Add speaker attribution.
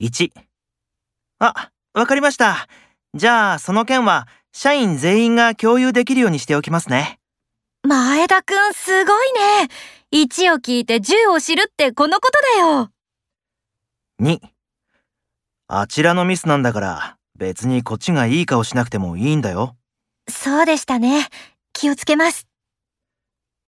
Speaker 1: 1あ、わかりました。じゃあその件は社員全員が共有できるようにしておきますね。
Speaker 2: 前田くんすごいね。1を聞いて10を知るってこのことだよ。
Speaker 1: 2あちらのミスなんだから別にこっちがいい顔しなくてもいいんだよ。
Speaker 2: そうでしたね。気をつけます。